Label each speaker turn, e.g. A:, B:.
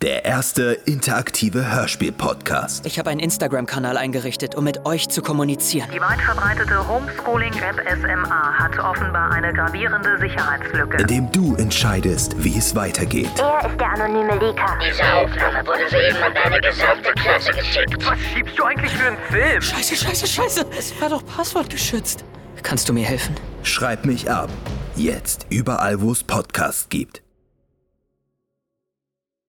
A: Der erste interaktive Hörspiel-Podcast.
B: Ich habe einen Instagram-Kanal eingerichtet, um mit euch zu kommunizieren.
C: Die weit verbreitete Homeschooling-App SMA hat offenbar eine gravierende Sicherheitslücke.
A: In dem du entscheidest, wie es weitergeht.
D: Er ist der anonyme Leaker.
E: Diese Aufnahme wurde soeben an deine gesamte Klasse geschickt.
F: Was schiebst du eigentlich für einen Film?
B: Scheiße, scheiße, scheiße. Es war doch passwortgeschützt. Kannst du mir helfen?
A: Schreib mich ab. Jetzt überall, wo es Podcasts gibt.